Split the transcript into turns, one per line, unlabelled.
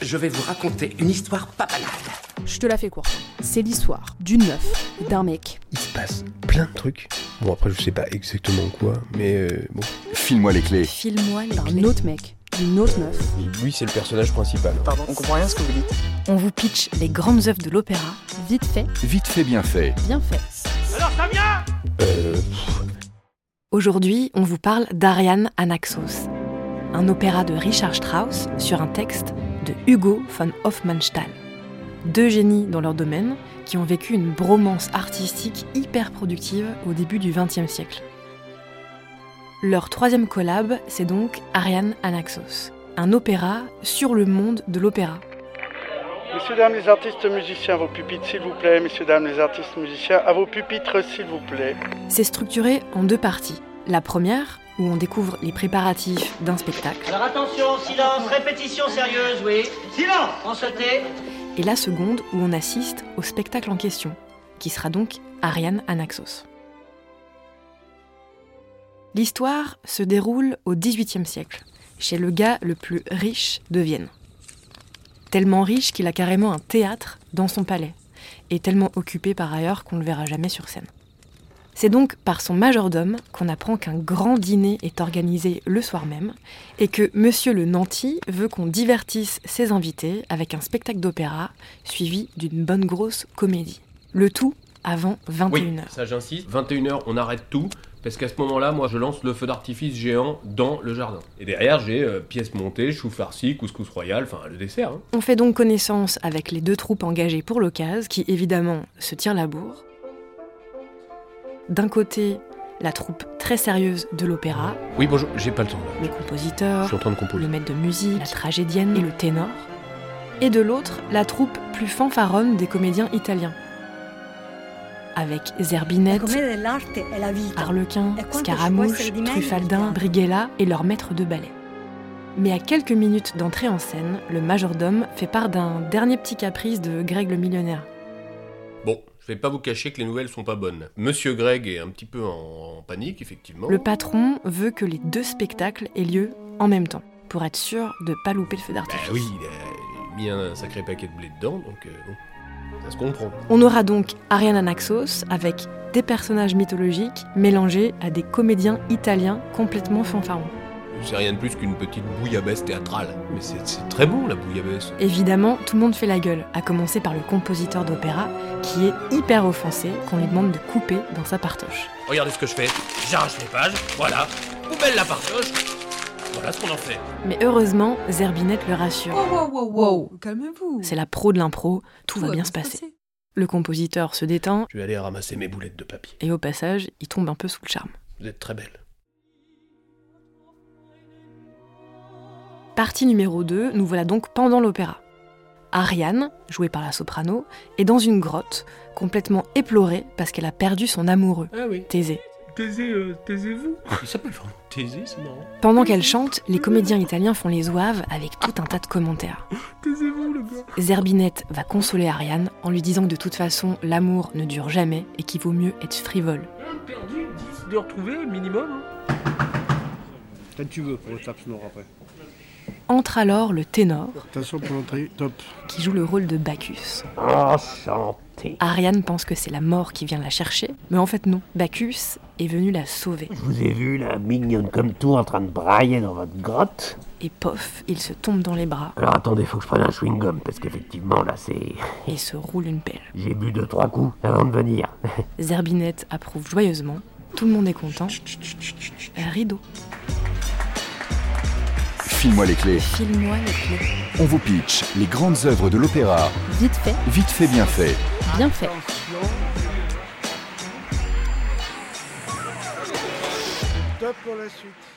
je vais vous raconter une histoire pas banale.
Je te la fais courte. C'est l'histoire d'une meuf, et d'un mec.
Il se passe plein de trucs. Bon, après, je sais pas exactement quoi, mais euh, bon.
File-moi les clés.
File-moi les
D'un
clés.
autre mec, d'une autre meuf.
Lui, c'est le personnage principal.
Pardon, on comprend rien à ce que vous dites.
On vous pitch les grandes œuvres de l'opéra.
Vite fait,
Vite fait, bien fait.
bien fait.
Euh,
Aujourd'hui, on vous parle d'Ariane Anaxos, un opéra de Richard Strauss sur un texte de Hugo von Hofmannsthal. Deux génies dans leur domaine qui ont vécu une bromance artistique hyper productive au début du XXe siècle. Leur troisième collab, c'est donc Ariane Anaxos, un opéra sur le monde de l'opéra.
Messieurs, dames, les artistes musiciens, à vos pupitres, s'il vous plaît. Messieurs, dames, les artistes musiciens, à vos pupitres, s'il vous plaît.
C'est structuré en deux parties. La première, où on découvre les préparatifs d'un spectacle,
Alors attention, silence, répétition sérieuse, oui. Silence En sauté.
et la seconde, où on assiste au spectacle en question, qui sera donc Ariane Anaxos. L'histoire se déroule au XVIIIe siècle, chez le gars le plus riche de Vienne. Tellement riche qu'il a carrément un théâtre dans son palais, et tellement occupé par ailleurs qu'on ne le verra jamais sur scène. C'est donc par son majordome qu'on apprend qu'un grand dîner est organisé le soir même et que Monsieur le Nanti veut qu'on divertisse ses invités avec un spectacle d'opéra suivi d'une bonne grosse comédie. Le tout avant 21h.
Oui, ça j'insiste. 21h, on arrête tout. Parce qu'à ce moment-là, moi, je lance le feu d'artifice géant dans le jardin. Et derrière, j'ai euh, pièce montée, chou farci, couscous royal, enfin le dessert. hein.
On fait donc connaissance avec les deux troupes engagées pour l'occasion, qui évidemment se tirent la bourre. D'un côté, la troupe très sérieuse de l'opéra,
Oui, bonjour, j'ai pas le temps là.
le compositeur,
Je suis en train de
le
composer.
maître de musique, la tragédienne et le ténor, et de l'autre, la troupe plus fanfaronne des comédiens italiens. Avec Zerbinette,
Ah,
Arlequin, Scaramouche, Truffaldin, Brighella et leur maître de ballet. Mais à quelques minutes d'entrée en scène, le majordome fait part d'un dernier petit caprice de Greg le millionnaire.
Bon, je vais pas vous cacher que les nouvelles sont pas bonnes. Monsieur Greg est un petit peu en, en panique, effectivement.
Le patron veut que les deux spectacles aient lieu en même temps, pour être sûr de pas louper le feu
Bah
d'artifice.
oui, il a mis un sacré paquet de blé dedans, donc euh, bon, ça se comprend.
On aura donc Ariane Anaxos avec des personnages mythologiques mélangés à des comédiens italiens complètement fanfarons.
C'est rien de plus qu'une petite bouillabaisse théâtrale. Mais c'est c'est très bon, la bouillabaisse.
Évidemment, tout le monde fait la gueule, à commencer par le compositeur d'opéra qui est hyper offensé qu'on lui demande de couper dans sa partoche.
Regardez ce que je fais. J'arrache les pages, voilà. Poubelle la partoche. Voilà ce qu'on en fait.
Mais heureusement, Zerbinette le rassure.
Wow, wow, wow, calmez-vous.
C'est la pro de l'impro, Oh. tout, va bien se passer. Le compositeur se détend
Je vais aller ramasser mes boulettes de papier.
et au passage, il tombe un peu sous le charme.
Vous êtes très belle.
Partie numéro 2, nous voilà donc pendant l'opéra. Ariane, jouée par la soprano, est dans une grotte, complètement éplorée parce qu'elle a perdu son amoureux,
Ah oui.
Thésée.
Taisez, taisez-vous. Il s'appelle vraiment Taisez, c'est marrant.
Pendant qu'elle chante, les comédiens italiens font les ouaves avec tout un tas de commentaires.
Taisez-vous, le gars.
Zerbinette va consoler Ariane en lui disant que de toute façon, l'amour ne dure jamais et qu'il vaut mieux être frivole.
Perdu, 10 de retrouver, minimum.
Quand tu veux, on tape sonore après.
Entre alors le ténor,
Attention pour l'entrée, top.
qui joue le rôle de Bacchus.
Oh, Enchanté.
Ariane pense que c'est la mort qui vient la chercher, mais en fait non, Bacchus est venu la sauver.
Je vous ai vu, la mignonne comme tout, en train de brailler dans votre grotte.
Et pof, il se tombe dans les bras
Alors attendez, faut que je prenne un chewing-gum, parce qu'effectivement, là, c'est...
et se roule une pelle.
J'ai bu deux, trois coups avant de venir.
Zerbinette approuve joyeusement, tout le monde est content. Rideau.
File-moi les clés.
File-moi les clés.
On vous pitch les grandes œuvres de l'opéra.
Vite fait,
Vite fait, bien fait.
bien fait.
Top pour la suite.